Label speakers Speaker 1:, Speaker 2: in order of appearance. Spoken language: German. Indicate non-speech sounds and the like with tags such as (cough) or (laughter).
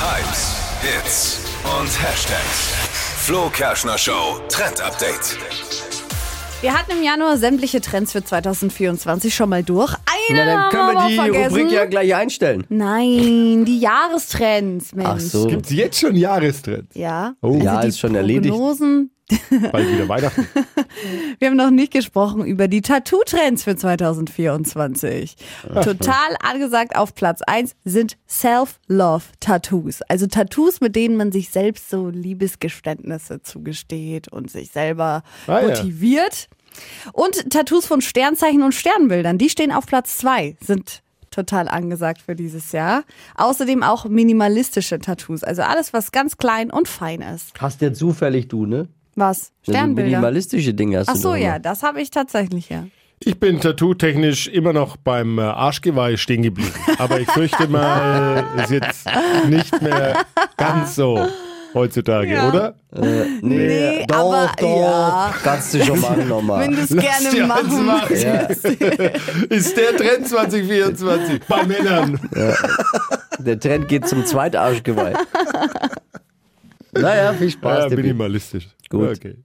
Speaker 1: Hypes, Hits und Hashtags. Flo Kerschner Show Trend Update.
Speaker 2: Wir hatten im Januar sämtliche Trends für 2024 schon mal durch. Eine
Speaker 3: Na, dann
Speaker 2: haben
Speaker 3: können
Speaker 2: aber
Speaker 3: wir die
Speaker 2: vergessen.
Speaker 3: Rubrik ja gleich einstellen.
Speaker 2: Nein, die Jahrestrends, Mensch.
Speaker 3: Ach so.
Speaker 4: Gibt's jetzt schon Jahrestritt?
Speaker 2: Ja. Also
Speaker 4: Oh.
Speaker 3: Ja,
Speaker 2: die
Speaker 3: ist schon erledigt.
Speaker 2: Prognosen.
Speaker 4: Bald wieder Weihnachten.
Speaker 2: Wir haben noch nicht gesprochen über die Tattoo-Trends für 2024. Total angesagt auf Platz 1 sind Self-Love-Tattoos. Also Tattoos, mit denen man sich selbst so Liebesgeständnisse zugesteht und sich selber
Speaker 4: Ah, ja.
Speaker 2: motiviert. Und Tattoos von Sternzeichen und Sternbildern, die stehen auf Platz 2, sind total angesagt für dieses Jahr. Außerdem auch minimalistische Tattoos, also alles, was ganz klein und fein ist.
Speaker 3: Hast ja zufällig du, ne?
Speaker 2: Was?
Speaker 3: Ja, so
Speaker 2: Sternbilder.
Speaker 3: Minimalistische Dinge hast
Speaker 2: Ach
Speaker 3: du.
Speaker 2: so,
Speaker 3: doch
Speaker 2: ja,
Speaker 3: immer.
Speaker 2: das habe ich tatsächlich, ja.
Speaker 4: Ich bin tattoo-technisch immer noch beim äh, Arschgeweih stehen geblieben. Aber ich fürchte mal, ist jetzt nicht mehr ganz so heutzutage,
Speaker 2: Ja.
Speaker 4: oder?
Speaker 3: Nee,
Speaker 2: Nee,
Speaker 3: doch,
Speaker 2: aber
Speaker 3: doch.
Speaker 2: ja.
Speaker 3: Kannst du schon machen
Speaker 2: Wenn
Speaker 3: nochmal.
Speaker 2: du es
Speaker 4: Lass
Speaker 2: gerne
Speaker 4: dir eins
Speaker 2: machen
Speaker 4: machen.
Speaker 2: willst.
Speaker 3: Ja,
Speaker 4: Ist der (laughs) Trend 2024 bei Männern?
Speaker 3: der Trend geht
Speaker 2: (laughs)
Speaker 3: zum Zweitarschgeweih. Naja, viel Spaß.
Speaker 4: Ja,
Speaker 3: Dippi.
Speaker 4: minimalistisch.
Speaker 3: Gut.
Speaker 4: Okay.